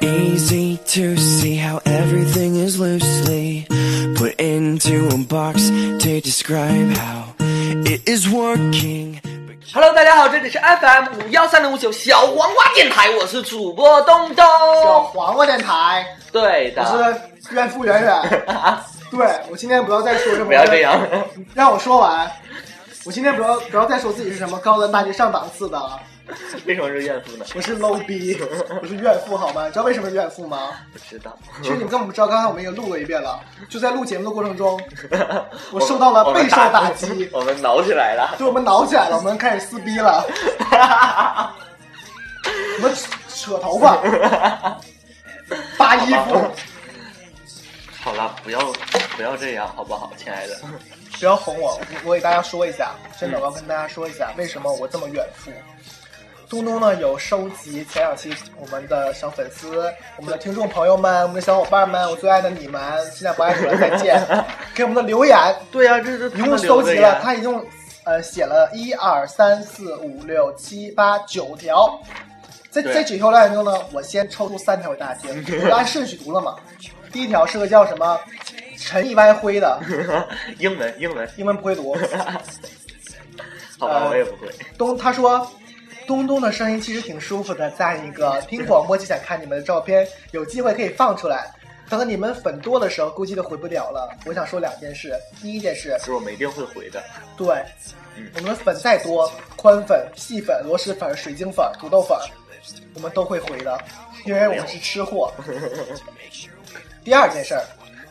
Easy to see how everything is loosely put into a box to describe how it is working. Hello，大家好，这里是 FM 五幺三零五九小黄瓜电台，我是主播东叫东。黄瓜电台，对我的，是怨妇圆圆。啊，对我今天不要再说什么，不要这样，让我说完。我今天不要不要再说自己是什么高端大气上档次的啊，为什么是怨妇呢？我是 low 逼，我是怨妇好吗？你知道为什么是怨妇吗？不知道。其实你们根本不知道，刚才我们已经录了一遍了。就在录节目的过程中，我受到了备受打击，击我们挠起来了。对我们挠起来了，我们开始撕逼了，我们扯扯头发，扒衣服，好了，不要不要这样，好不好，亲爱的？不要哄我，我我给大家说一下，真的，我要跟大家说一下，为什么我这么远赴。东东呢有收集前两期我们的小粉丝、我们的听众朋友们、我们的小伙伴们，我最爱的你们，现在不爱说了，再 见！给我们的留言对呀、这是一共收集了，他一共呃写了一二三四五六七八九条，在对在九条留言中呢，我先抽出三条给大家听， 我就按顺序读了嘛。第一条是个叫什么陈意歪灰的， 英文英文，英文不会读。好吧，呃我也不会。东他说，东东的声音其实挺舒服的，在一个听广播就想看你们的照片，有机会可以放出来。等你们粉多的时候，估计都回不了了。我想说两件事，第一件事，其实我们一定会回的。对嗯，我们粉再多，宽粉、细粉、螺蛳粉、水晶粉、土豆粉，我们都会回的，因为我们是吃 货。第二件事儿，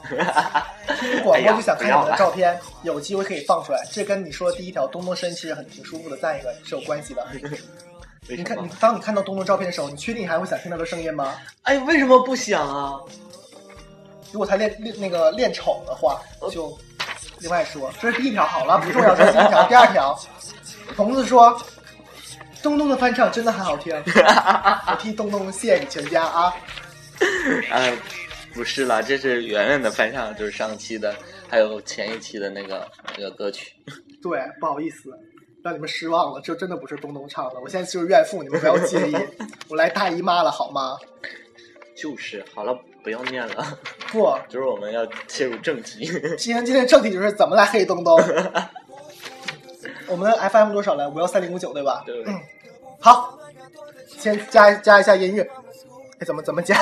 听哎广播呀就想看不你要们的了。照片，有机会可以放出来。这跟你说的第一条东东声音其实很挺舒服的，赞一个是有关系的。你为什看，么你？当你看到东东照片的时候，你确定还会想听他的声音吗？哎，为什么不想啊？如果他练练那个练丑的话，就另外说。这是第一条，好了，不重要，这是第一条。第二条，童子说，东东的翻唱真的很好听，我替东东谢谢你全家啊。呃，不是啦，这是圆圆的翻唱，就是上期的，还有前一期的那个那个歌曲。对，不好意思，让你们失望了，这真的不是东东唱的，我现在就是怨妇，你们不要介意，我来大姨妈了好吗？就是，好了，不要念了， 不，就是我们要切入正 题。今天今天正题就是怎么来黑东东。我们的 FM 多少来？五幺三零五九对吧？嗯对，好，先加加一下音乐。哎，怎么怎么加？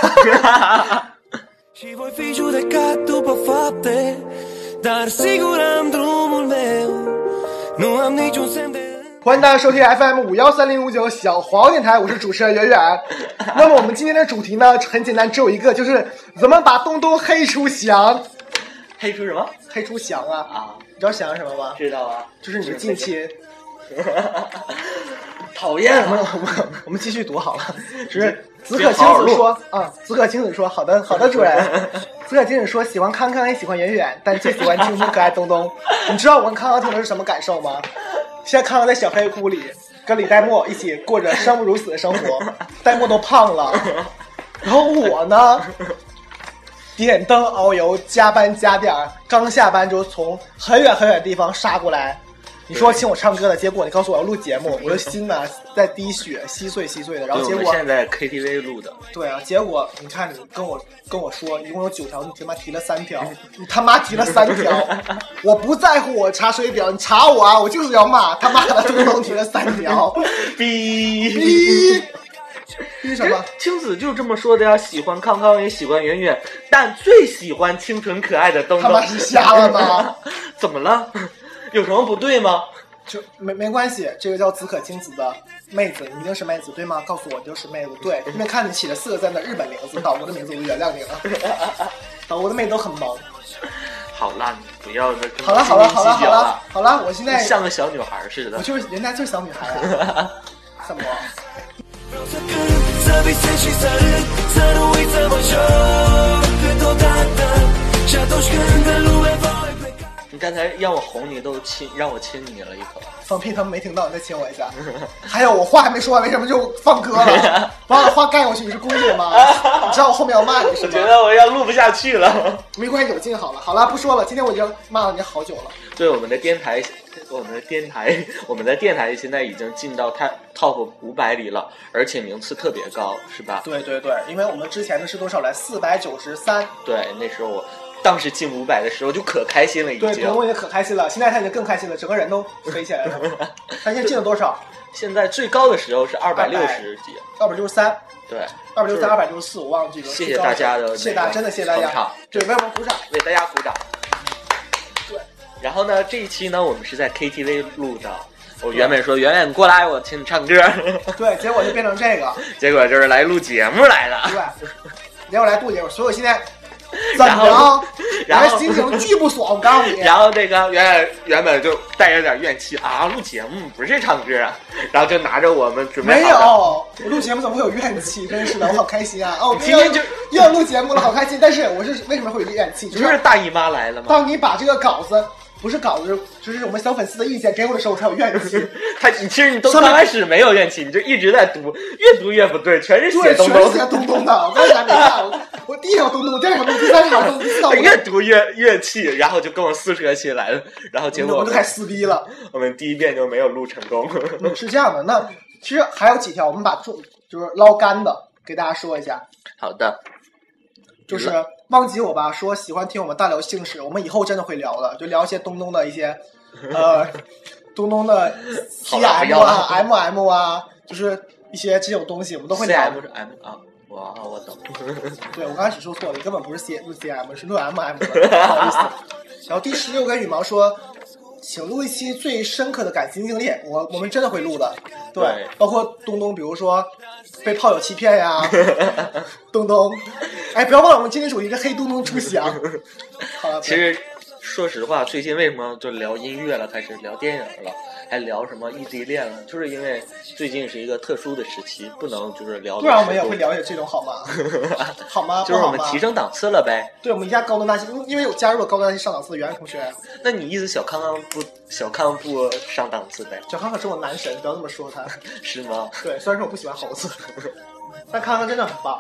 Și voi fi judecat după fapte, dar sigur am drumul meu. Nu am niciun semn de... 欢迎大家收听 FM 五幺三零五九小黄电台，我是主持人圆圆。那么我们今天的主题呢，很简单，只有一个，就是怎么把东东黑出翔。黑出什么黑出翔啊！啊？你知道翔是什么吗？知道啊，就是你的近亲。讨厌啊我们了。我们我们继续读好 了。就是子可青子说啊，子可青子说，好的好的，主 人。子可青子说喜欢康康也喜欢圆圆，但最喜欢青青可爱东 东。你知道我跟康康听的是什么感受吗？现在康康在小黑屋里跟李代沫一起过着生不如死的生 活，代沫都胖了，然后我 呢？点灯熬油，加班加点儿，刚下班就从很远很远的地方杀过来。你说请我唱歌的，结果你告诉我要录节目，我的心呐在滴血，稀碎稀碎的。 然后对结我们果，现在 KTV 录的，对啊，结果你看你跟我跟我说一共有九条，你他妈提了三 条，你他妈提了三条，我不在乎我查水表，你查我啊，我就是要骂他妈的， 总共提了三 条，逼。逼逼什么人？青子就这么说的呀，喜欢康康也喜欢圆圆，但最喜欢清纯可爱的东他东妈。是瞎了吗？ 怎么了？有什么不对吗？就没没关系，这个叫紫可青子的妹子，你一定是妹子对吗？告诉我，你就是妹子对，因为看你起了四个字的日本名字，岛国的名字我就原谅你了。 岛国的妹子都很萌。好啦，你不要再这么好了好了好了斤斤好计较了好了，我现在像个小女孩似我的。就是人家就是小女孩、啊，怎么？ Vreau să cânt, să visez și să râd, să nu uit să mă joc câteodată. Și atunci când în lume voi pleca... 你该刚才要我哄你都亲，让我亲你了一口。放屁，他们没听到，你再亲我一下。还有，我话还没说完，为什么就放歌了？把我的话盖过去，你是故意的吗？你知道我后面要骂你是我吗？觉得我要录不下去了。没关系，有劲好了。好了，不说了，今天我已经骂了你好久了。对我们的电台，我们的电台，我们的电台现在已经进到 top top 五百里了，而且名次特别高，是吧？对对对，因为我们之前的是多少来？四百九十三。对，那时候我当时进五百的时候就可开心了，已对，经国。我已经可开心了，现在他已经更开心了，整个人都飞起来了。他现在进了多少？现在最高的时候是二百六十几，二百六十三，对，二百六十三，就二是百六十四，我忘记了。谢谢大家的那个谢谢大家，真的谢谢大捧家场。对，为我们鼓掌。为大家鼓掌。对，然后呢，这一期呢，我们是在 KTV 录的。我原本说圆圆过来，我请你唱歌，对，结果就变成这个。 结果这是来录节目来了。对，然后来杜姐，所以我现 在怎然么后着？然来后心情既不爽，我告诉你， 然后那个圆圆原本就带着点怨气啊，录节目不是唱歌啊，然后就拿着我们准备没有，好我录节目怎么会有怨气？真是的，我好开心啊！哦，今天就又要录节目了，好开心。但是我是为什么会有怨气？的，就不是是大姨妈来了吗？当你把这个稿子。不是稿子，就是我们小粉丝的意见给我的时候，我才有怨 气。他你其实你都上刚面开始没有怨气，你就一直在读，越读越不对，全是对，写全东是东血，咚咚的，我刚才还没看，我我第一场咚咚，第二场咚咚，第三场咚咚，第四场咚 越读越越气，然后就跟我撕扯起来了，然后结咚，果我我就们开始撕逼了。我们第一遍就没有录 成功。嗯是这样的，那其实还有几条，我们把重就是捞干的给大家说一下，好的，就是忘记我吧，说喜欢听我们大聊姓氏，我们以后真的会聊的，就聊一些东东的一些，呃，东东的好 C 了不 M 要了啊，M M 啊，就是一些这种东西，我们都会 C 聊 M。是 M 啊，哇，我懂。对我刚开始说错了，根本不是 C 录 C M，是录 M M 的，不好意思。 然后第十六根羽毛说，请录一期最深刻的感情经历，我我们真的会录的。对，对包括东东，比如说被炮友欺骗呀， 东东，哎，不要忘了我们今天主题是黑东东出席啊。好了，其实说实话，最近为什么就聊音乐了，开始聊电影了，还聊什么异地恋了？就是因为最近是一个特殊的时期，不能就是聊得不然我们太也多会，聊解这种好 吗？好吗？就是不我好们吗？提升档次了呗。对，我们加高端大气，因为有加入了高端大气上档次的袁同学，那你意思小康康不小康不上档次呗？小康可是我男神，不要这么说他。是吗？ 对，虽然说我不喜欢猴子，但康康真的很棒，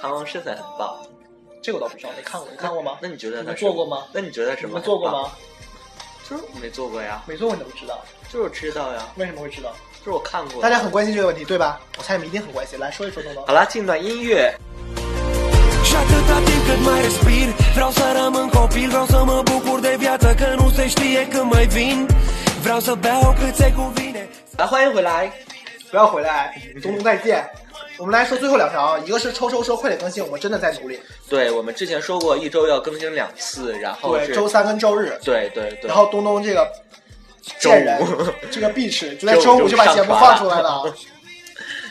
康康身材很棒，这个我倒不知道，没看过，你看过吗？那你觉得你他们是做过吗？那你觉得你什么？们做过？吗？就是没做过呀，没做过你怎么知道？就是知道呀，为什么会知道？就是我看过。大家很关心这个问题，对吧？我猜你们一定很关心，来说一说东东好。啦，进段音乐。 Și atâta timp cât mai respir Vreau să rămân copil, vreau să mă bucur de viață Că nu se știe când mai vin Vreau să beau cât se cuvine 来，欢迎回来。不要回来，东东再见。我们来说最后两条，啊一个是抽抽说快点更新，我们真的在努力。对，我们之前说过一周要更新两次，然后对，哦是周三跟周日，对对对，然后东东这个周贱人 五，这个 bitch 就在周周五五就就把上节目传放了出来了 啊。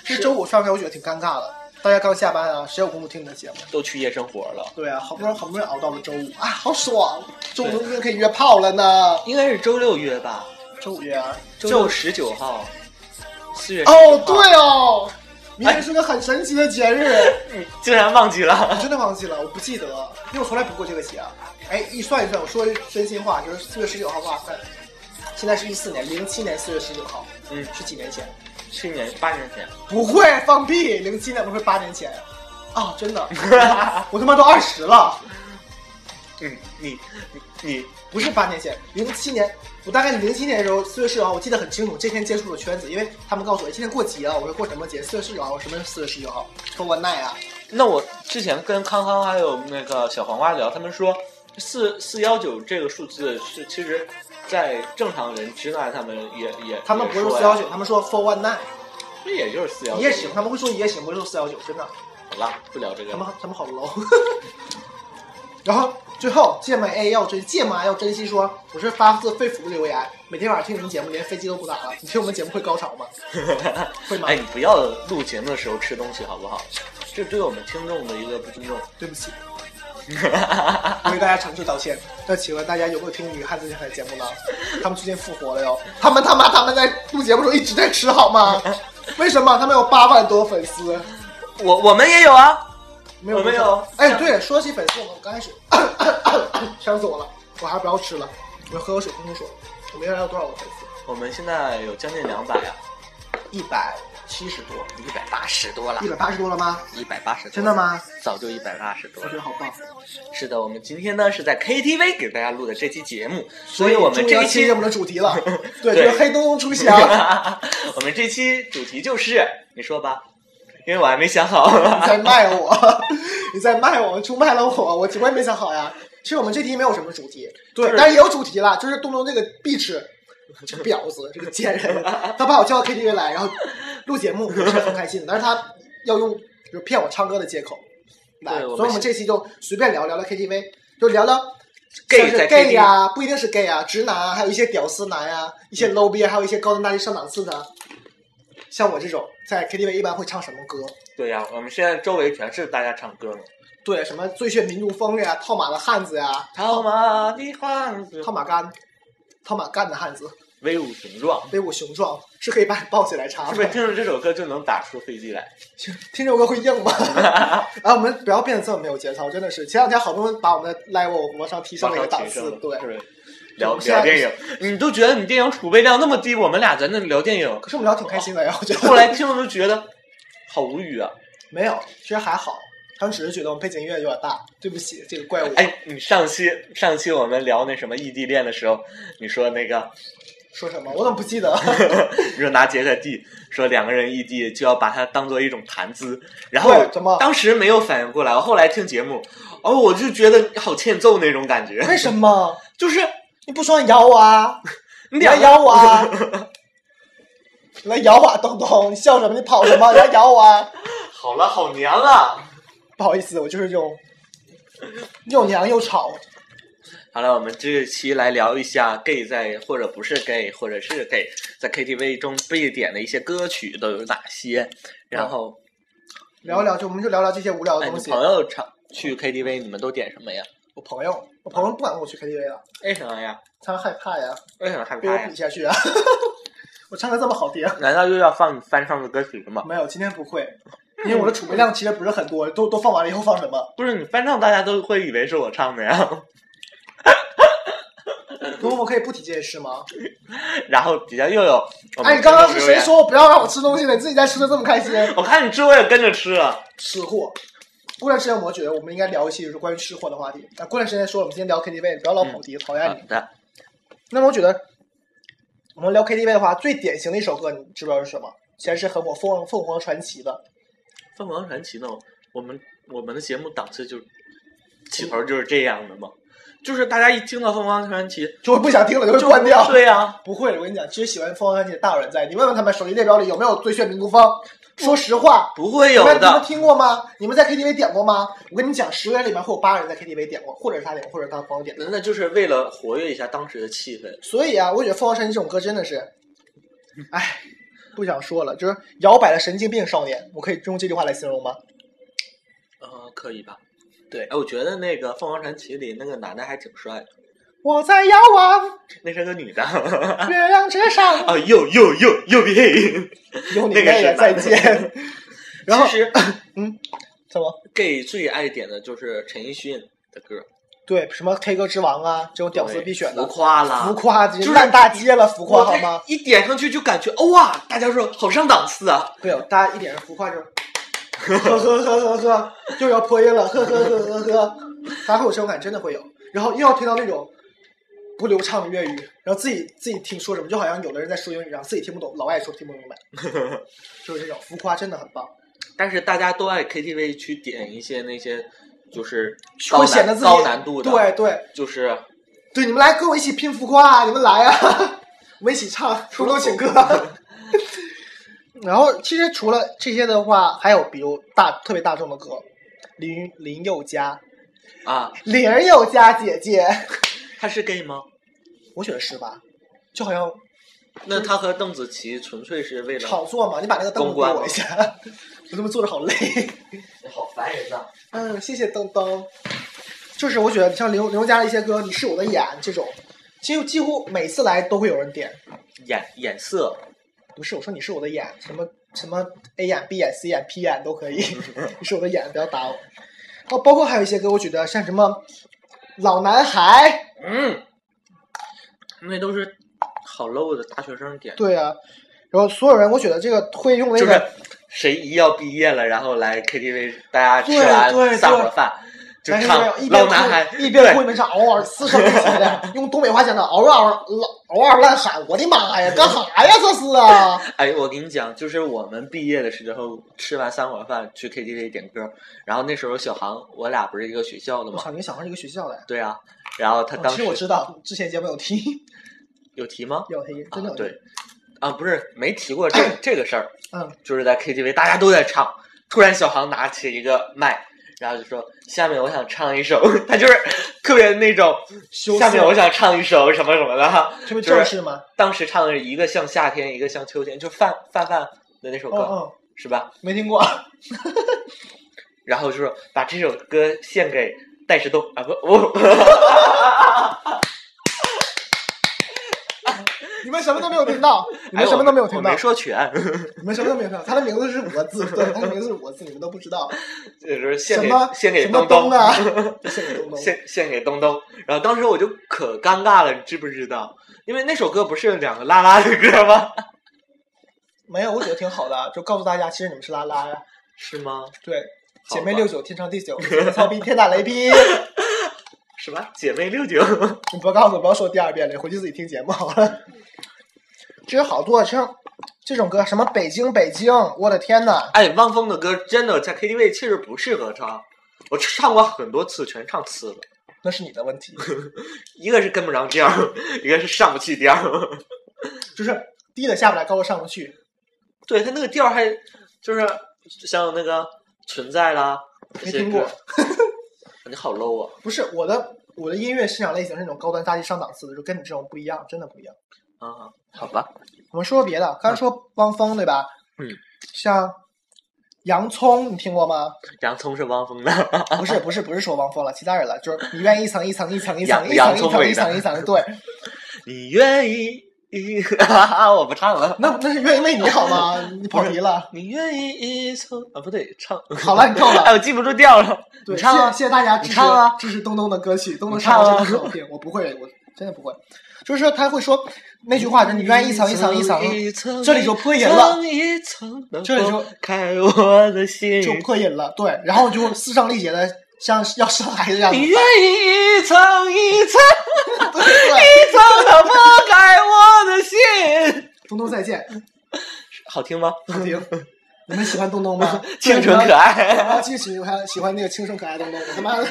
这周五上传我觉得挺尴尬的，大家刚下班啊，谁有功夫听你的节目？都去夜生活了，对啊，好不容易好不容易熬到了周五啊，好爽！周五明天可以约炮了呢。应该是周六约吧，周五约啊，周六六十九号，四月哦，对哦，明天是个很神奇的节日，对，你竟然忘记我了， 真的忘记了，我不记得，因为我从来不过这个节。哎，一算一算，我说真心话，就是四月十九号，哇塞，现在是一四年，零七年四月十九号，嗯是几年前？去年八年前，不会放屁，零七年不会八年前啊，真的，我他妈都二十了。嗯，你你你不是八年前，零七年，我大概零七年的时候，四月十九号，我记得很清楚。这天接触了圈子，因为他们告诉我今天过节啊，我说过什么节？四月十九号，我说什么是四月十九号？说 one night 啊，那我之前跟康康还有那个小黄瓜聊，他们说四四幺九这个数字是其实，在正常人之外，他们也也他们不是也四说幺呀九，，他们说 for one night 这也就是四幺九一夜情，他们会说一夜情，不会说四幺九，真的，好了，不聊这个他了。们他们好 low。然后最后芥末 A 要珍芥妈要珍惜说，我是发自肺腑的留言，每天晚上听你们节目，连飞机都不打了。你听我们节目会高潮吗？ 会吗哎，你不要录节目的时候吃东西好不好？这对我们听众的一个不尊重。对不起， 我为大家诚挚道歉。那请问大家有没有听女汉子电台节目呢？他们最近复活了哟！他们他妈他们在录节目的时候一直在吃好吗？为什么他们有八万多粉丝？我我们也有啊，没有我没有 哎，对，说起粉丝，我刚开始呛死我了，我还不要吃了。我喝口水听听说，我们原来有多少个粉丝？我们现在有将近两百啊，一百七十多，一百八十多了一，百八十多了吗？一百八十，真的？吗？早就一百八十多我觉了。得好棒。是的，我们今天呢是在 KTV 给大家录的这期节目，所所以我们终于这要一切期入我 们的主题了，对，对就是黑洞洞出现了，我们这期主题就是，你说吧，因为我还没想好。你在卖我，你在卖我，出卖了我，我我也没想好呀。其实我们这题没有什么主题，对但是也有主题了，就是洞洞这个 b i 这个婊子，这个贱人，啊他把我叫到 KTV 来，然后录节目，我是很开心的，但是他要用就是骗我唱歌的借口来，对我们所以我们这期就随便聊聊聊 KTV，就聊聊 gay 像是在 gay KTV 呀、不一定是 gay 啊，直男啊，还有一些屌丝男呀、一嗯些 low 逼，还有一些高端大气上档次的。像我这种在 KTV 一般会唱什么歌？ 对呀、我们现在周围全是大家唱歌呢。对，什么最炫民族风呀，套马的汉子呀，套马的汉子套马杆，套马杆的汉子，威武雄壮，威武雄壮，是可以把你抱起来插是不的是。听着这首歌就能打出飞机来？听这首歌会硬吗？ 啊，我们不要变得这么没有节操，真的是。前两天好不容易把我们的 level 往上提升往了一个上档提次升了，对是。不是聊我们现在聊电影，你都觉得你电影储备量那么低，我们俩在那聊电影，可是我们聊挺开心的呀，我觉得。后来听了都觉得好无语啊！没有，其实还好，他们只是觉得我们背景音乐有点大，对不起，这个怪我。啊哎，你上期上期我们聊那什么异地恋的时候，你说那个说什么？我怎么不记得？ 你说拿杰克蒂说两个人异地就要把它当做一种谈资，然后对怎么当时没有反应过来，我后来听节目，哦，我就觉得好欠揍那种感觉，为什么？就是你不说你咬我啊？你你来两咬我啊！ 你来咬我啊，东东！你笑什么？你跑什么？你来咬我啊！好了，好娘啊！不好意思，我就是这种又娘又吵。好了，我们这期来聊一下 gay 在或者不是 gay 或者是 gay 在 KTV 中必点的一些歌曲都有哪些，然后聊一聊，就我们就聊聊这些无聊的哎，东你西。朋友常去 KTV 你们都点什么呀？我朋友，我朋友不敢跟我去 KTV 了，为什么呀？他害怕呀，为什么害怕被我哎呀比？下去啊！ 我唱歌这么好听，难道又要放你翻唱的歌曲吗？没有，今天不会，因为我的储备量其实不是很多，都都放完了以后放什么？不是你翻唱，大家都会以为是我唱的呀。 我们可以不提这件事吗？然后底下又有，我们哎，你刚刚是听众留谁言？说我不要让我吃东西的？你自己在吃的这么开心，我看你吃，我也跟着吃啊了。吃货。过段时间我觉得我们应该聊一期就是关于吃货的话题。那过段时间说我们今天聊 KTV，不要老跑题，讨厌好 你。的，那么我觉得我们聊 KTV 的话，最典型的一首歌，你知不知道是什么？其实是很火凤凤凰传奇的。凤凰传奇呢？我们我们的节目档次就起头就是这样的嘛，就是大家一听到凤凰传奇就会不想听了，就会就关掉。对呀、不会，我跟你讲，其实喜欢凤凰传奇的大有人在。你问问他们手机列表里有没有《最炫民族风》？说实话，不会你有们你们的。听过吗？你们在 KTV 点过吗？我跟你讲，十个人里面会有八个人在 KTV 点过，或者是他点过，或者是他朋友点过。那那就是为了活跃一下当时的气氛。所以啊，我觉得凤凰传奇这种歌真的是，唉，不想说了，就是摇摆的神经病少年，我可以用这句话来形容吗？呃，可以吧？对，哎，我觉得那个凤凰传奇里那个男的还挺帅的，我在遥望那是个女的。月亮之 上，啊，又又又又 嘿！有你那个妹是呀，男再的 见。然后其实 什么？ gay 最爱点的就是陈奕迅的歌，对，什么 K 歌之王啊，这种屌丝对必选浮的。夸啦，浮夸，这就是烂大街了，浮夸好吗？我这一点上去就感觉哦哇，大家说好上档次啊！没有，大家一点是浮夸，就是呵呵呵呵呵，又要破音了，呵呵呵呵呵，大家会有这种感，真的会有。然后又要听到那种不流畅的粤语，然后自己自己听说什么，就好像有的人在说英语，然后自己听不懂，老外也说听不 明白，就是这种浮夸，真的很棒，但是大家都爱 KTV 去点一些那些就是高会难显得自己高难度的，，对对就是对，你们来跟我一起拼浮夸、啊，你们来啊， 我们一起唱《主动请客》。 然后其实除了这些的话，还有比如大特别大众的歌，林林宥嘉，啊，林儿宥嘉姐姐，他是 gay 吗？我觉得是吧？就好像那他和邓紫棋纯粹是为了炒作嘛，你把那个凳子公给关我一下， 我他妈坐着好累。 好烦人呐！嗯，谢谢登登。就是我觉得像林林宥嘉的一些歌，《你是我的眼》这种，几乎几乎每次来都会有人点。眼眼色，不是，我说你是我的眼，什么什么 A 眼、B 眼、C 眼、P 眼都 可以，你是我的眼，不要打我。哦，包括还有一些歌，我觉得像什么《老男孩》，嗯，那都是好 low 的大学生点，对啊，然后所有人，我觉得这个会用那就是个，谁一要毕业了，然后来 KTV，大家吃对对完对散伙饭就男生唱一《边老男孩》，哭一边哭一边唱，嗷嗷嘶声力竭的，用东北话讲的嗷嗷嗷嗷嗷乱喊，我的妈呀，干啥呀这是啊？哎，我跟你讲，就是我们毕业的时候吃完散伙饭去 KTV 点歌，然后那时候小航我俩不是一个学校的我吗？操，你们小孩一个学校的。对啊，然后他哦当其时实我知道，之前节目有提，有提吗？有提，真的有啊提。对，啊不是没提过 这这个事儿，嗯，就是在 KTV 大家都在唱，突然小航拿起一个麦，然后就说下面我想唱一首， 他就是特别那种羞涩下面我想唱一首什么什么的，这不就正是式吗？当时唱的是一个像夏天，一个像秋天，就范范范的那首歌、嗯嗯，是吧？没听过。然后就是把这首歌献给戴石东啊不我。你们什么都没有听到，你哎们什么都没有我听我到没，说 全，你们什么都没有听到。他的名字是五个字，对，他的名字是五个字，你们都不知道。就是献什给么献给什么东东啊？献给东东。 献献给东东。然后当时我就可尴尬了，你知不知道？因为那首歌不是两个拉拉的歌吗？ 没有，我觉得挺好的，就告诉大家，其实你们是拉拉呀。是吗？对，好吧姐妹六九，天长地久，姐妹操逼，天打雷劈。什么姐妹六九？ 你不要告诉我，不要说第二遍了，回去自己听节目好了。其实好多像这种歌，什么北京北京，我的天呐，哎，汪峰的歌真的在 KTV 其实不适合唱，我唱过很多次，全唱次了。那是你的问题。一个是跟不上调，一个是上不去调。就是低的下不来，高的上不去。 对他那个调还就是像那个存在啦，没听过。 你好 low 啊！不是我的，我的音乐欣赏类型是那种高端大气上档次的，就跟你这种不一样，真的不一样。啊，好吧，我们说说别的，刚才说汪峰对吧？嗯，像洋葱，你听过吗？洋葱是汪峰的。 不是，不是，不是说汪峰了，其他人了，就是你愿意一层一层一层一层洋一层一洋葱层味一层一层，对，你愿意？ 我不唱了。那那是愿意为你好 吗？你跑题了。你愿意一层啊？不对，唱好了，你够哎，了。我记不住调了。对，你唱啊谢谢谢谢大家支你持唱啊支持东东的歌曲，东东你唱歌真唱啊的很好听，我不会，我真的不会。就是说他会说那句话，就是你愿意一层一层一层，一层，这里就破音了一层一层，这里就开我的心。就破音了，对，然后就嘶声力竭的像要生孩子一样地你喊，愿意一层一层对对，一层的破开我的心，东东再见，好听吗？ 好听。你们喜欢东东 吗？清纯可爱。 啊，继续喜欢喜欢那个清纯可爱的东东。我他妈的，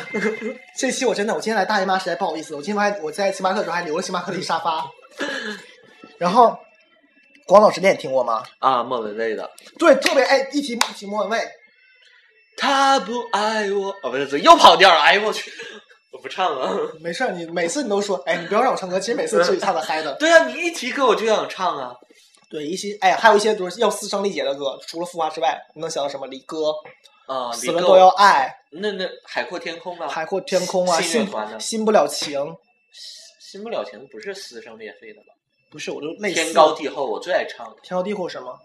这期我真的，我今天来大姨妈实在不好意思，我今天还我在星巴克的时候还留了星巴克的一沙发。然后，广岛之恋你听过吗？啊，莫文蔚的。对，特别哎，一提提莫文蔚，他不爱我，哦，不是，又跑调了。哎呦我去，我不唱了。没事儿，你每次你都说，哎，你不要让我唱歌，其实每次自己唱的嗨的。对啊，你一提歌我就想唱啊。对，一些哎，还有一些比如要嘶声力竭的歌，除了《浮华》之外，你能想到什么？离歌，啊，死离了歌都要爱，那那海阔天空啊，海阔天空啊，信心乐团的心不了情，新不了情不是撕声裂肺的吧？不是，我就类似天高地厚，我最爱唱的天高地厚什么？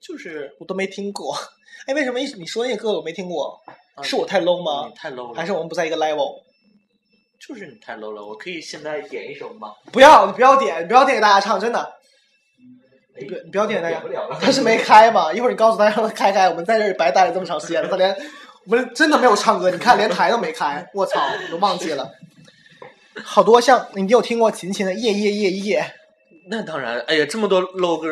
就是我都没听过。 哎，为什么一你说那个歌我没听过？啊是我太 low 吗你？太 low 了，还是我们不在一个 level？就是你太 low 了？我可以现在点一首吗？不要，你不要点，你不要点给大家唱，真的，哎你不你不要点给大点家不。了了，他是没开嘛？一会儿你告诉他让他开开，我们在这里白待了这么长时间了，他连我们真的没有唱歌，你看连台都没开，我操，都忘记了。好多像你有听过秦琴的《夜夜夜夜》，那当然，哎呀，这么多 low 歌，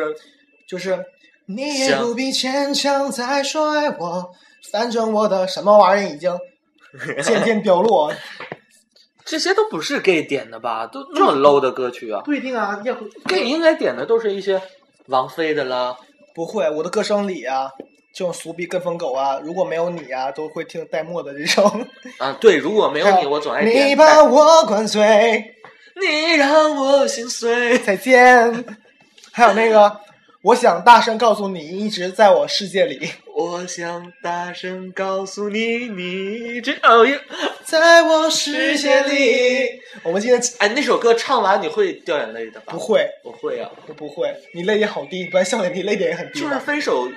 就是你也不必牵强再说爱我，反正我的什么玩意儿已经渐 渐凋落。这些都不是 gay 点的吧？都那么 low 的歌曲啊不一定啊，也不，gay 应该点的都是一些王菲的啦，不会，我的歌声里啊，这种俗逼跟风狗啊，如果没有你啊，都会听戴墨的这种。啊，对，如果没有你， 我总爱点。哎你把我灌醉，你让我心碎，再见。 还有那个，我想大声告诉你，一直在我世界里，我想大声告诉你，你这哦哟。在我世界里。我们今天哎，那首歌唱完你会掉眼泪的吧？不，会，我会啊。我不会。你泪点好低，你不然笑点低，泪点也很低就吧。是分手，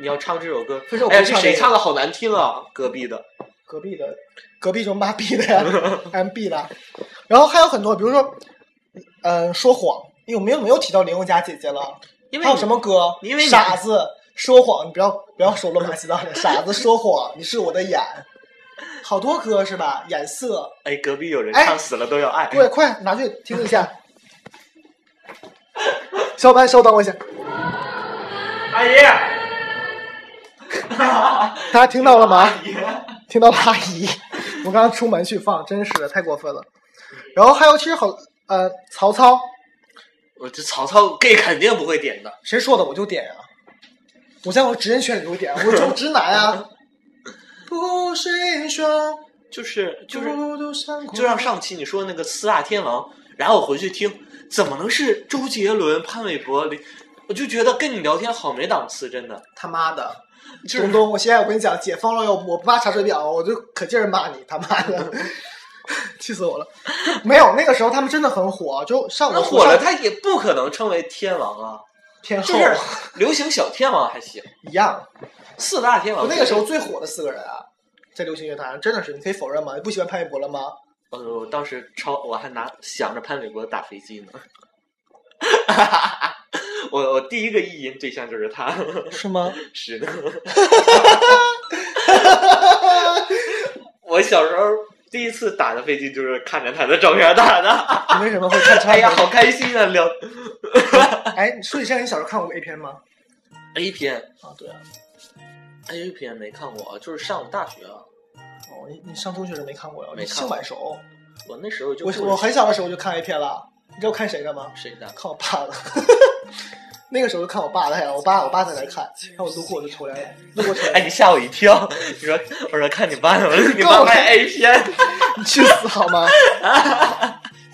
你要唱这首歌。分手哎呀，不这唱谁这个唱的好难听啊？隔壁的隔壁 的，隔壁中妈逼的呀，M B 的，然后还有很多，比如说嗯说谎，因为我们又没有提到林宥嘉姐姐了。因为还有什么歌？因为你傻子说谎，你不要不要说乱七八糟 的。傻子说谎，你是我的眼。好多歌是吧？眼色，哎，隔壁有人哎唱死了都要爱，对，快拿去听一下。 小伙伴，稍等我一下，阿姨，大家听到了吗？阿姨，听到了阿姨，我刚刚出门去放，真是的，太过分了。然后还有，其实好，呃，曹操我这曹操 gay 肯定不会点的，谁说的我就点啊，我在我直人圈里就点，我就直男 啊。不是英雄，就是就是孤独山谷就像上期你说那个四大天王，然后我回去听，怎么能是周杰伦、潘玮柏、林？我就觉得跟你聊天好没档次，真的。他妈的，就是东东，我现在我跟你讲，解封了哟，我不怕查水表，我就可劲儿骂你，他妈的， 气死我了。没有，那个时候他们真的很火，就上那我火了，上他也不可能称为天王啊，偏就后是流行小天王还行，一样。四大天王就那个时候，最火的四个人啊，在流行乐坛上真的是，你可以否认吗？你不喜欢潘玮柏了吗？呃，我当时超，我还拿想着潘玮柏打飞机呢。 我我第一个意淫对象就是他，是吗？是的。 我小时候第一次打的飞机就是看着他的照片打的， 你为什么会看穿？哎呀，好开心啊！聊哎，你说起这个，你小时候看过 A 片吗？ A 片啊，对啊， ，A 片没看过，就是上了大学啊，哦，你你上中学时没看过呀？没你看过性晚熟。我那时候就我不我很小的时候就看 A 片了，你知道我看谁的吗？谁的？看我爸的。 那个时候就看我爸的，哎呀，我爸我爸在那看，然后我路过我就瞅两眼，路过瞅两哎，眼，你吓我一跳！你说，我说看你爸呢，我说你够爸了拍 A 片。你 去死好吗？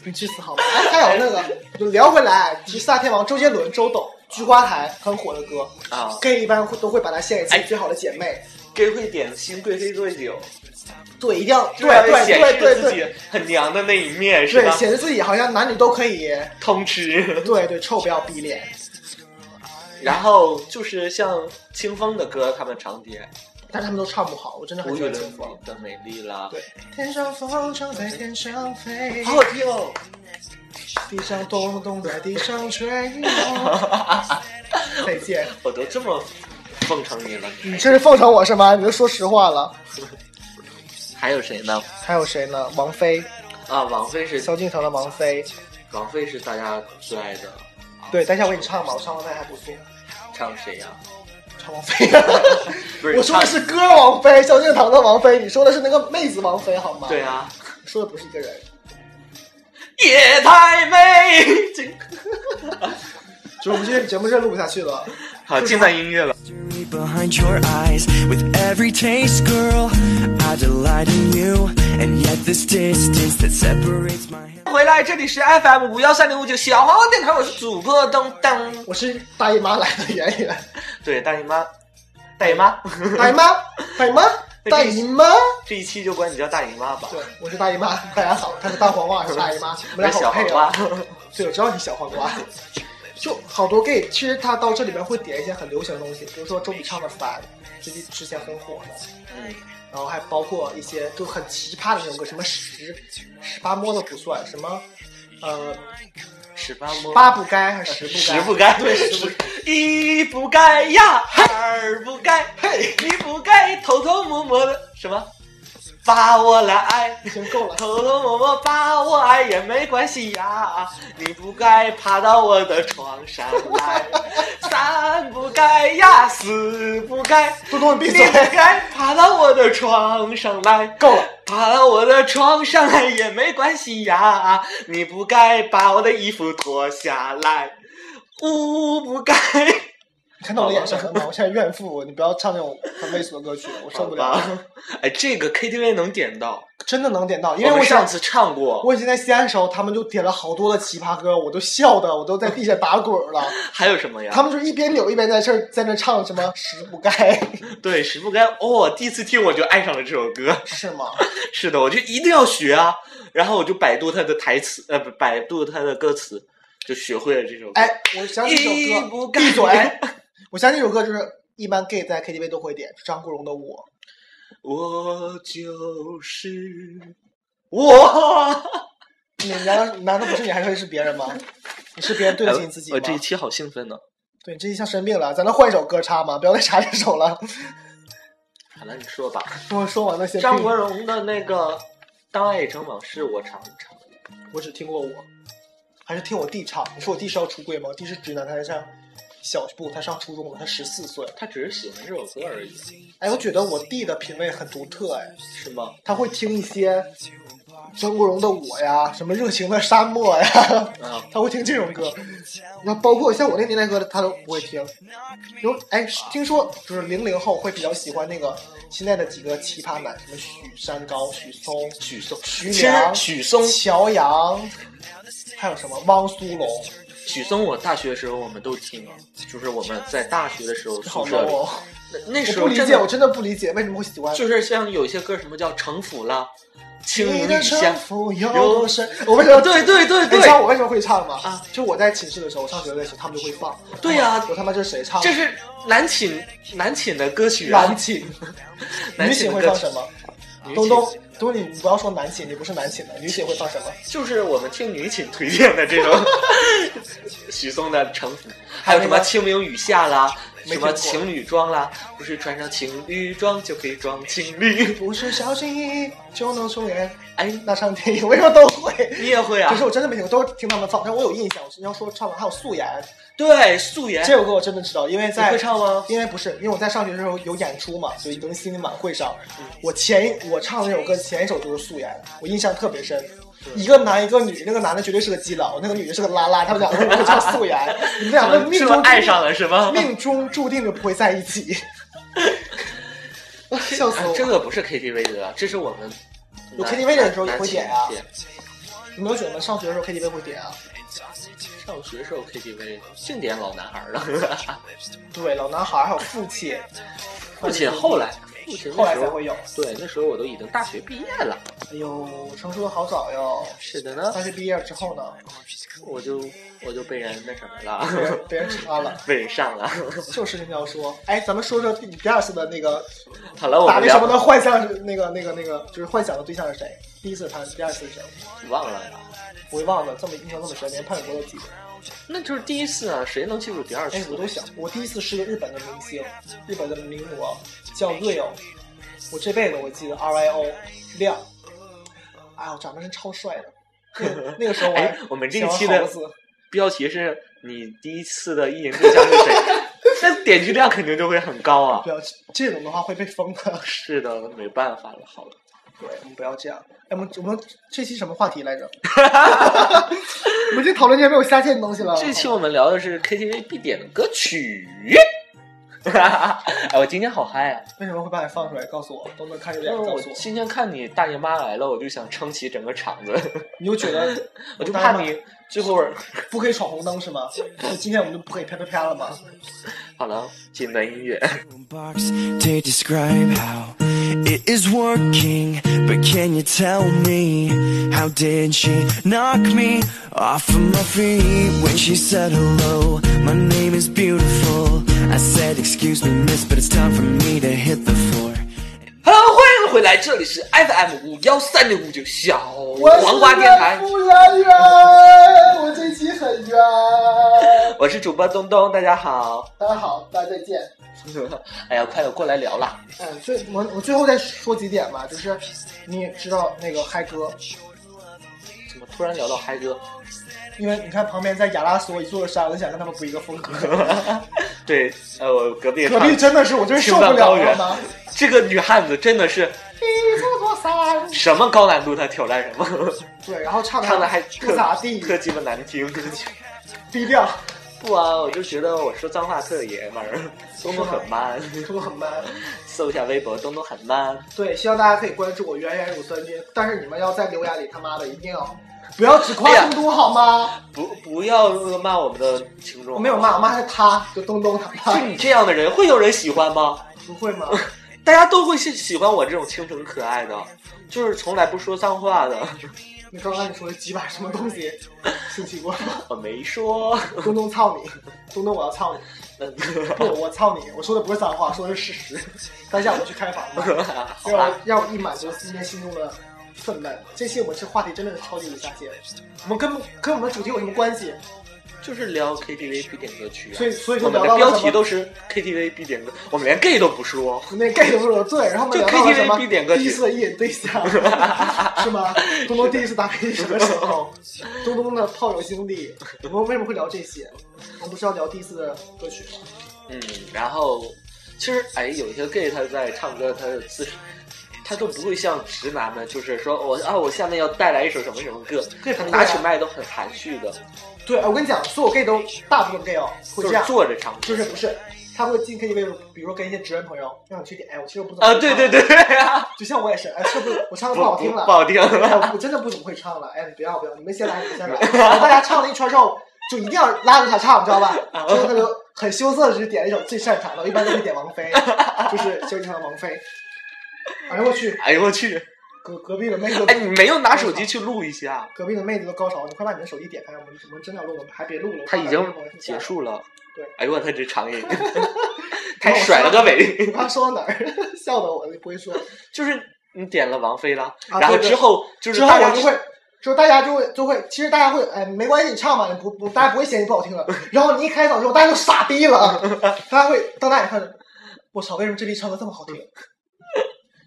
你去死好吗？哎，还有那个，就聊回来，提四大天王周杰伦、周董、菊花台很火的歌啊，gay 一般会都会把它献给自己哎最好的姐妹， 给会点心，贵妃醉酒，对，一定要对这样对显对示对自对己很娘的那一面是对，吧？显示自己好像男女都可以，通吃。对对，臭不要逼脸，然后就是像清风的歌，他们常点但他们都唱不好，我真的《无很与喜欢伦清比风。的美丽》啦，对，天上风筝在天上飞，好好听 哦。地上咚咚在地上 吹。再见，我都这么奉承你了，你你这是奉承我是吗？你都说实话了。还有谁呢？还有谁呢？王菲，啊，王菲是萧敬腾的王菲。王菲是大家最爱的，对，等一下我给你唱吧，我唱王菲还不错，唱谁呀？唱王 菲。不是我说的是歌王菲，萧敬腾的王菲，你说的是那个妹子王菲好吗？唱对，啊，说的不是一个人。也太美。这就是我们今天节目真录不下去了。好，进到音乐了。 mystery behind your eyes with every taste, girl. I delight in you, and yet this distance that separates my hands. 回来，这里是 FM 五幺三零五九小黄瓜电台，我是主播噔噔。我是大姨妈来的演员，对，大姨妈，大姨妈，大姨妈，大姨 妈，大姨妈。这一期就管你叫大姨妈吧。对，我是大姨妈，大家好，她是大黄瓜，我是大姨 妈，我我们俩是小好黄配瓜啊。， 对，我知道你小黄瓜。就好多 gay，其实他到这里边会点一些很流行的东西，比如说周笔畅的《烦》，最近之前很火的，嗯，然后还包括一些就很奇葩的那种歌，什么十十八摸的不算，什么呃十八摸八不该还是十十不不该，对十十不 一不该呀，二不该，嘿，你不该偷偷摸摸的什么，把我来爱。已经 够了。偷偷摸摸把我爱也没关系呀，你不该爬到我的床上来， 三不该呀，四不该，多多，你闭你嘴！不该爬到我的床上来，够了，爬到我的床上来哎也没关系呀，你不该把我的衣服脱下来，五不该， 你看到我的眼神了吗？我现在怨妇，你不要唱那种很猥琐的歌曲，我受不了。好吧。哎，这个 KTV 能点到， 真的能点到，因为我我们想上次唱过，我以前在西安的时候，他们就点了好多的奇葩歌，我都笑的，我都在地下打滚 了。还有什么呀？他们就一边扭一边在这儿在那唱什么“十不 该。对，十不该哦，第一次听我就爱上了这首歌”，是吗？是的，我就一定要学啊。然后我就百度他的台词，呃，不，百度他的歌词，就学会了这首歌。哎，我想起一一首歌，不该闭 嘴！我想起一首歌，就是一般 gay 在 KTV 都会点张国荣的《我我就是我，你难道难道不是你还会是别人吗？你是别人对得起你自己吗？哎我哦这一期好兴奋呢！对你这一下生病了，咱能换一首歌插吗？不要再插这首了。好了，你说 吧。我说完那些张病国荣的那个《当爱已成往事》，我常常我只听过我，还是听我弟唱。你说我弟是要出柜吗？我弟是直男，他在上小不，他上初中了，他十四岁。他只是喜欢这首歌而已，哎，我觉得我弟的品味很独特，哎，是吗？他会听一些张国荣的《我》呀，什么《热情的沙漠》呀，啊，他会听这种歌。那包括像我那年代歌，他都不会听。有哎，听说就是零零后会比较喜欢那个现在的几个奇葩男，什么许山高、许嵩、许嵩，徐其实良、许嵩，乔洋，还有什么汪苏泷。许嵩，我大学的时候我们都听，啊就是我们在大学的时候好宿 low 舍里，哦！那那我时不候理真解，我的真的不理解为什么会喜欢。就是像有些歌什么叫《城府》啦，《情你如的一城线》，府哎有多深？我为什么对对对你知道对，我为什么会唱吗？啊，就我在寝室的时候，上学的时候，他们就会放。对呀我他妈这是谁唱 的？这是男寝男寝的歌曲啊男，寝，男女寝寝的会歌放曲什。么？女寝东东，东东，你不要说男寝，你不是男寝的，女寝会放什么？就是我们听女寝推荐的 这种许嵩的《城府》，还有还有那什么《个清明雨下》啦，没什听过么情侣装啦，不是穿上情侣装就可以装 情侣。不是小心翼翼就能出演。哎，那唱电影为什么都会？你也会啊可？是我真的没听，我都是听他们放，但我有印象。我是要说唱的，还有素颜对，素颜这首歌，我真的知道，因为你在会唱吗？因为不是，因为我在上学的时候有演出嘛，所以迎新晚会上，嗯我前一我唱的那首歌前一首就是《素颜》，我印象特别深。一个男一个女，那个男的绝对是个基佬，那个女的是个拉拉，他们两个人叫素 颜，你们两个命是中吗注定爱上了是吗？命中注定就不会在一起。 啊笑死哎我！这个不是 KTV 的，啊这是我们有男 KTV 的时候男也会寝点啊推荐你没有觉得吗上学的时候 KTV 会点啊？上学时候 KTV 净点老男 孩儿了，对，老男孩还有父亲，父亲后 来，父亲后那来时才候会有。对，那时候我都已经大学毕业了。哎呦，成熟的好早哟！是的呢大，学毕业之后呢，我就我就被人那什么别了，人 别人插了。被人上了。是有事情要说。哎，咱们说说你第二次的那个好哦了，我打们那什么聊的幻想是，那个那个那个，就是幻想的对象是谁？第一次谈，第二次是谁？忘了呀，我忘了，这么印象这么深，连潘玮柏都记得。那就是第一次啊，谁能记住第二次哎，？我都想，我第一次是个日本的明星，日本的名模叫 Rio，我这辈子我记得 R I O 亮，哎呦，长得真超帅的。 那个那个时候我还哎我们这小一期的猴子标题是你第一次的意淫对象是谁？ 那点击量肯定就会很高啊。不要这种的话会被封的。是的，没办法了，好了，对，我们不要这样。哎，我们我们这期什么话题来着？ 我们已经讨论这些没有下线的东西了。这期我们聊的是 KTV 必点的歌曲。 哎，我今天好嗨啊！为什么会把你放出来？告诉我，都能看着因脸为告诉我我。今天看你大姨妈来了，我就想撑起整个场子， 你就觉得我就大姨妈怕你最后不可以闯红灯是吗？那今天我们就不可以啪啪啪了吗？好了，简单音乐。 box to describe how it is working. But can you tell me how did she knock me off of my feet when she said hello? My name is beautiful. I said, Excuse me, miss, but it's time for me to hit the floor. Hello，欢迎回来，这里是 FM 五幺三六五九小 黄瓜电台，服务人员，我这期很冤。我是主播东东，大家好。 大家好，大家再见。哎呀，快点过来聊啦！嗯，最我我最后再说几点吧，就是你也知道那个嗨哥，怎么突然聊到嗨哥？因为你看旁边在亚拉索一座山，我就想跟他们不一个风格。对，呃，我隔壁隔壁真的是我真是受不了啊了吗？这个女汉子真的是一座座山。什么高难度她挑战什么， 对，然后唱唱的还不咋地，特鸡巴难听。低调，不啊，我就觉得我说脏话特爷们儿，东东很 man，说很 man。搜一下微博，东东很 man。对，希望大家可以关注我圆圆乳酸菌，但是你们要在留言里他妈的一定要不要只夸东东好吗？不，不要恶骂我们的听众。我没有骂，我骂是他，就东东他就妈你这样的人，会有人喜欢吗？不会吗？大家都会喜喜欢我这种清纯可爱的，就是从来不说脏话的。你刚刚你说的几把什么东西？信息过 吗？我没说，东东操你，东东我要操你，不，我操你！我说的不是脏话，说的是事实。等一下我去开房吧，好让吧我，让我一满足今天心中的粉们，这期我们这话题真的是超级无下限，我们跟跟我们的主题有什么关系？就是聊 KTV 必点歌曲啊。所以所以就我们聊的到标了什题么？都是 KTV 必点歌，我们连 gay 都不说。那 gay 都是我醉，然后我们就聊到了什 KTV 必么？点歌曲第一次的一眼对象 是吗？东东第一次打飞机什么时候？东东的炮友经历，我们为什么会聊这些？我们不是要聊第一次的歌曲吗？嗯，然后其实哎，有一些 gay 他在唱歌，他的姿势，他都不会像直男们，就是说我啊，我下面要带来一首什么什么歌，对他拿起麦都很含蓄的，对，我跟你讲，所有 gay 都大部分 gay 哦会就这是样，坐着唱歌。就是不是他会进 KTV，比如说跟一些直人朋友让你去点，哎，我其实不怎么啊，会对唱对，对啊，就像我也是，哎，是不是我唱的不不好听了？不好听哎我我真的不怎么会唱了，哎，你不要不要，你们先来，你们先来。然后大家唱了一圈之后，就一定要拉着他唱，你知道吧？最后他就很羞涩的去点了一首最擅长的，我一般都会点王菲，就是萧敬腾的王菲。哎呦我去，哎呦我去，隔隔壁的妹子哎，，你没有拿手机去录一下？隔壁的妹子都高潮，你快把你的手机点开，我们我们真的要录，我们还别录了。他已经我怕结。束了。对，哎呦我他这长 音，他甩了个你尾， 刚说到哪儿？笑的我就不会说。就是你点了王菲了，啊然后对对之后就是之后大家我就会，就大家就会就会，其实大家会，哎，没关系，你唱吧，你不不，大家不会嫌你不好听的。然后你一开嗓之后，大家就傻逼了， 大家会当大家眼看着，我操，为什么这逼唱歌这么好听？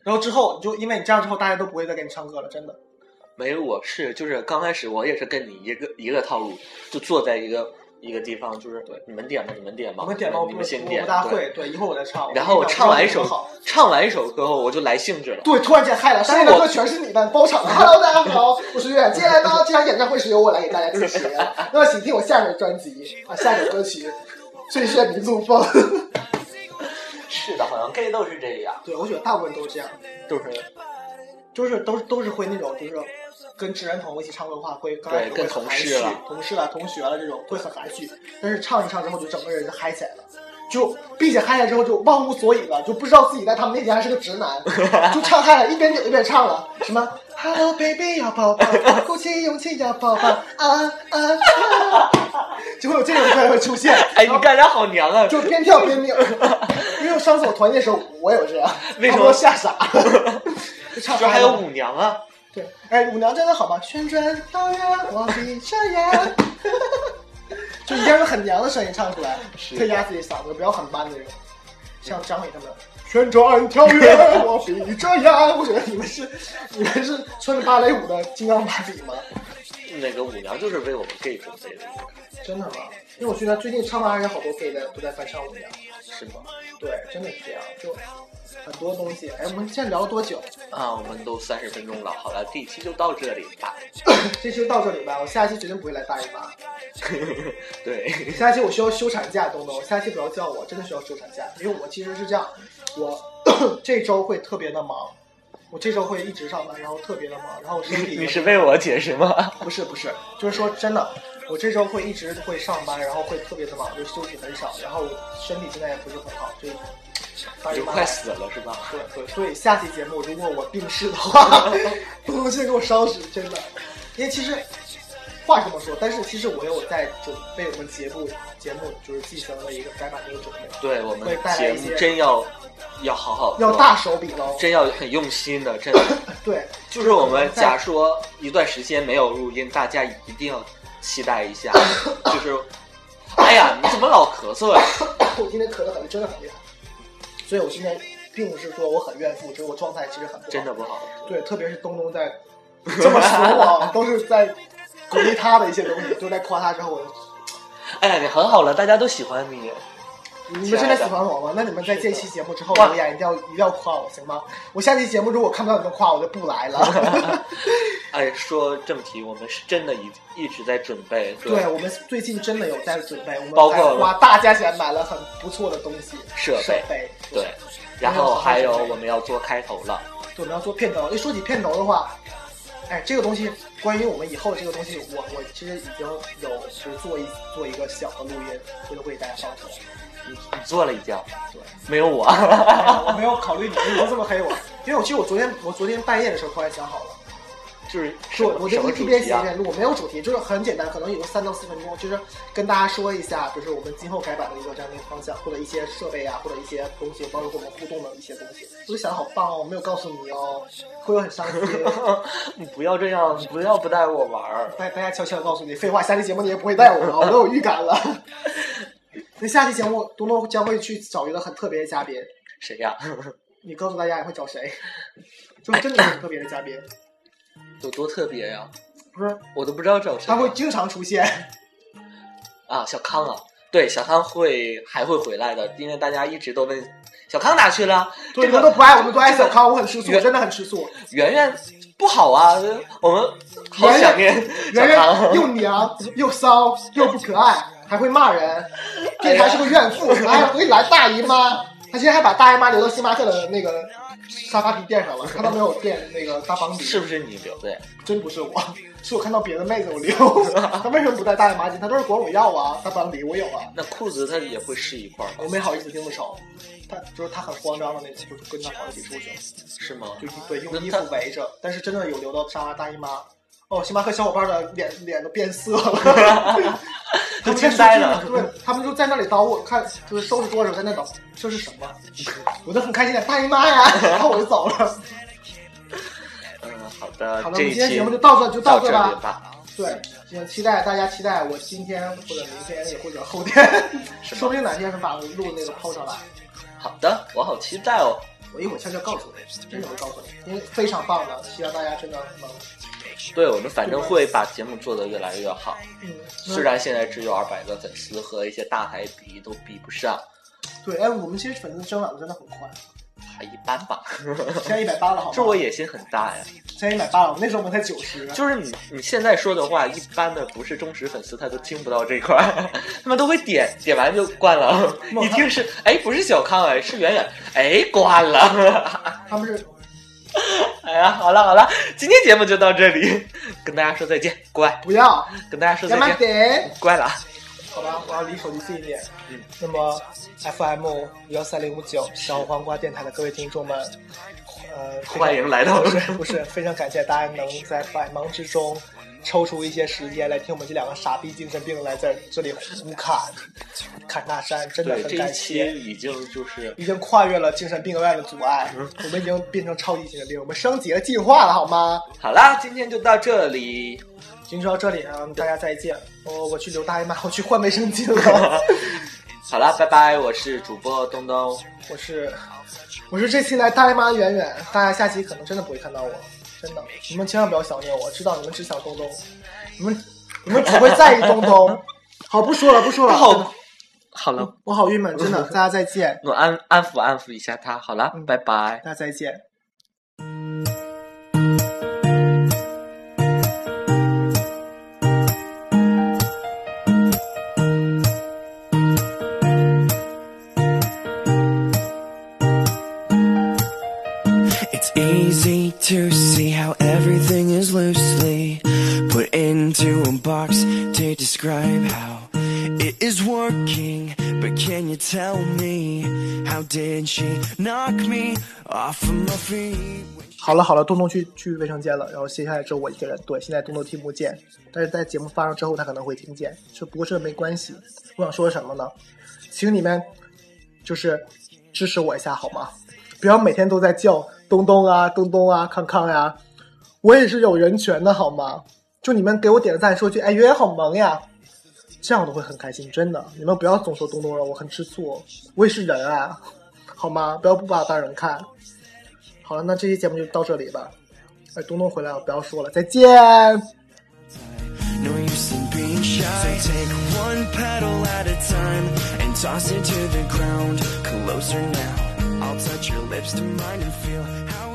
然后之后你就因为你这样之后，大家都不会再给你唱歌了，真的。没有，我是就是刚开始我也是跟你一个一个套路，就坐在一个一个地方，就是你们点吧，你们点吧，我们点吧，我你不们先我点，不大对。会，对，一会儿我再唱。然后我一秒唱完一之后首就好，唱完一首歌后，我就来兴致了。对，突然间嗨了，剩下的我歌全是你的包场。Hello，大家好，我是月亮。接下来呢，这场演唱会是由我来给大家主持。那么，请听我下一首专辑啊，下一首歌曲《最炫民族风》。是的，好像 gay 都是这样，对，我觉得大部分都是这样，都是就是都是都是会那种，就是跟直人朋友一起唱歌的话，会刚开始对会跟很同含事蓄了，同事啊、同学啊这种会很含蓄，但是唱一唱之后，就整个人就嗨起来了。就并且嗨起来之后就忘乎所以了，就不知道自己在他们面前还是个直男，就唱嗨了，一边扭一边唱了什么 “Hello baby 要抱抱，鼓起勇气要抱抱啊啊啊”，就会有这种歌会出现，哎，你干啥好娘 啊！就边跳边扭。因为上次我团建的时候我也是这样，为什么把我吓傻了？就唱这嗨 还有了。舞娘啊，对，哎，舞娘真的好吗？旋转跳跃，我比山人。 就一定要用很娘的声音唱出来，可以压自己嗓子，不要很 man 的人，像张伟他们。旋转跳跃，我比这样。我觉得你们是你们是穿着芭蕾舞的金刚芭比吗？那个舞娘就是为我们 gay 准备的，真的吗？因为我觉得最近唱吧还有好多 gay 的都在翻唱舞娘，是吗？对，真的是这样，就很多东西。哎，我们现在聊了多久？ 啊，我们都三十分钟了，好了，这一期就到这里吧。 这期就到这里吧，我下期绝对不会来大姨妈。对，下期我需要休产假，东东，下期不要叫我，真的需要休产假，因为我其实是这样，我 这周会特别的忙，我这周会一直上班，然后特别的忙，然后我身体你是为我解释吗？ 不是不是，就是说真的，我这周会一直会上班，然后会特别的忙，就休息很少，然后身体现在也不是很好，就大姨你妈快死了是吧？对对，所以下期节目如果我病逝的话， 不能先给我烧死，真的。因为其实话是这么说，但是其实我有在准备我们节目节目就是进行了一个改版的一个准备，对我们会带来节一目些真要要好好做要大手笔喽。真要很用心的，真的 对，就是我们假说一段时间没有录音，大家一定要期待一下，就是。哎呀，你怎么老咳嗽呀、我今天咳得很真的很厉害，所以我今天并不是说我很怨妇，就是我状态其实很不好真的不好。对，特别是东东在这么说我，都是在鼓励他的一些东西，都在夸他之后，我就哎呀，你很好了，大家都喜欢你。你们真的喜欢我吗？那你们在这期节目之后哇留言一定要一定要夸我行吗？我下期节目如果看不到你们夸我就不来 了。哎，说正题，我们是真的一一直在准备，对对我们最近真的有在准备，我包们括还花大价钱买了很不错的东西设备备，设备对然后还有我们要做开头了，对，我们要做片头。一说起片头的话，哎，这个东西关于我们以后这个东西，我我其实已经有就是做一做一个小的录音，回头会给大家放出来。你你做了一件，对，没有 我。哎呀我没有考虑你，你不这么黑我，因为我其实我昨天我昨天半夜的时候突然想好了，就是什我么我什就么一主边题写啊一？边录，我没有主题，就是很简单，可能有个三到四分钟，就是跟大家说一下，就是我们今后改版的一个这样的一个方向，或者一些设备啊，或者一些东西，包括我们互动的一些东西。我就想好棒哦，没有告诉你哦，会有很伤心。你不要这样，不要不带我玩儿。大大家悄悄的告诉你，废话，下期节目你也不会带我了，我都有预感了。 那下期节目，东东将会去找一个很特别的嘉宾，谁呀、你告诉大家你会找谁？ 就是真的很特别的嘉宾，有多特别呀、不是我都不知道找谁。他会经常出现。啊，小康啊，对，小康会还会回来的，因为大家一直都问小康哪去了。对，这你们个都不爱我们，都爱小康，我很吃醋，原真的很吃醋。圆圆不好啊，我们好想念小 圆圆康。又娘又骚又不可爱，还会骂哎人，电台是个怨妇，哎还会来大姨妈。他今天还把大姨妈留到星巴克的那个沙发皮垫上了，看到没有垫那个大方笔，是不是你留的呀？真不是我，是我看到别的妹子 我留。他为什么不带大姨妈巾？他都是管我要啊，大方笔我有啊，那裤子它也会湿一块儿吧我？没好意思拎着手。他就是他很慌张的那种，就是跟他好几出去，是吗？就是对用衣服围着，但是真的有留到沙发大姨妈。哦，星巴克小伙伴的脸脸都变色 了。都惊呆了。对他们就在那里捣我，看就是收拾桌子在那捣，这是什么？我都很开心的，大姨妈呀！然后我就走了。嗯，好的，好的，我这们一今天期节目就到这，就到这这里吧。吧。对，也期待大家期待我今天或者明天也或者后天，说不定哪天是把录那个抛上来，好的，我好期待哦。我一会儿悄悄告诉你，真的会告诉你，因为非常棒的，希望大家真的能，对，我们反正会把节目做得越来越好。嗯，虽然现在只有二百个粉丝，和一些大台比都比不上，对，哎，我们其实粉丝增长得真的很 快，还一般吧。 现在一百八了，好吗？这我野心很大呀。现在一百八了，我们那时候我们才九十，就是你你现在说的话，一般的不是忠实粉丝，他都听不到这一块儿， 他们都会点点完就关了。猛一听是哎，不是小康哎，是圆圆哎，关了。 他们是哎呀，好了好了，今天节目就到这里，跟大家说再见，乖，不要，跟大家说再干嘛见，得？乖了啊。好吧，我要离手机近一点。嗯，那么 FM 幺三零五九小黄瓜电台的各位听众们，呃，非常欢迎来到不是不是，非常感谢大家能在百忙之中抽出一些时间来听我们这两个傻逼精神病来在这里胡侃侃大山，真的对，很这一感期谢。已经就是已经跨越了精神病院的阻碍，我们已经变成超级精神病，我们升级了、进化了，好吗？好啦，今天就到这里，今天就到这里啊，大家再见。我、我去刘大姨妈，我去换卫生巾了。好啦，拜拜，我是主播东东，我是我是这期来大姨妈远远，大家下期可能真的不会看到我，真的，你们千万不要想念我，知道你们只想东东，你们你们只会在意东东。好，不说了，不说了，真的好，好了，我好郁闷，真的，大家再见，嗯我安安抚安抚一下他，好啦，嗯拜拜。大家再见。 It's easy to see how everything is loosely put into a box to describe how it is working. But can you tell me how did she knock me off of my feet? when 好了好了，东东去去卫生间了，然后接下来只有我一个人。对，现在东东听不见，但是在节目发上之后，他可能会听见。这不过这没关系。我想说什么呢？请你们就是支持我一下好吗？不要每天都在叫东东啊、东东啊、康康呀、我也是有人权的好吗？就你们给我点个赞，说句“哎，圆圆好萌呀”，这样我都会很开心，真的。你们不要总说东东了，我很吃醋，我也是人啊，好吗？不要不把我当人看。好了，那这期节目就到这里吧。哎，东东回来了，不要说了，再见。 No use in being shy. So take one petal at a time and toss it to the ground. Closer now. I'll touch your lips to mine and feel how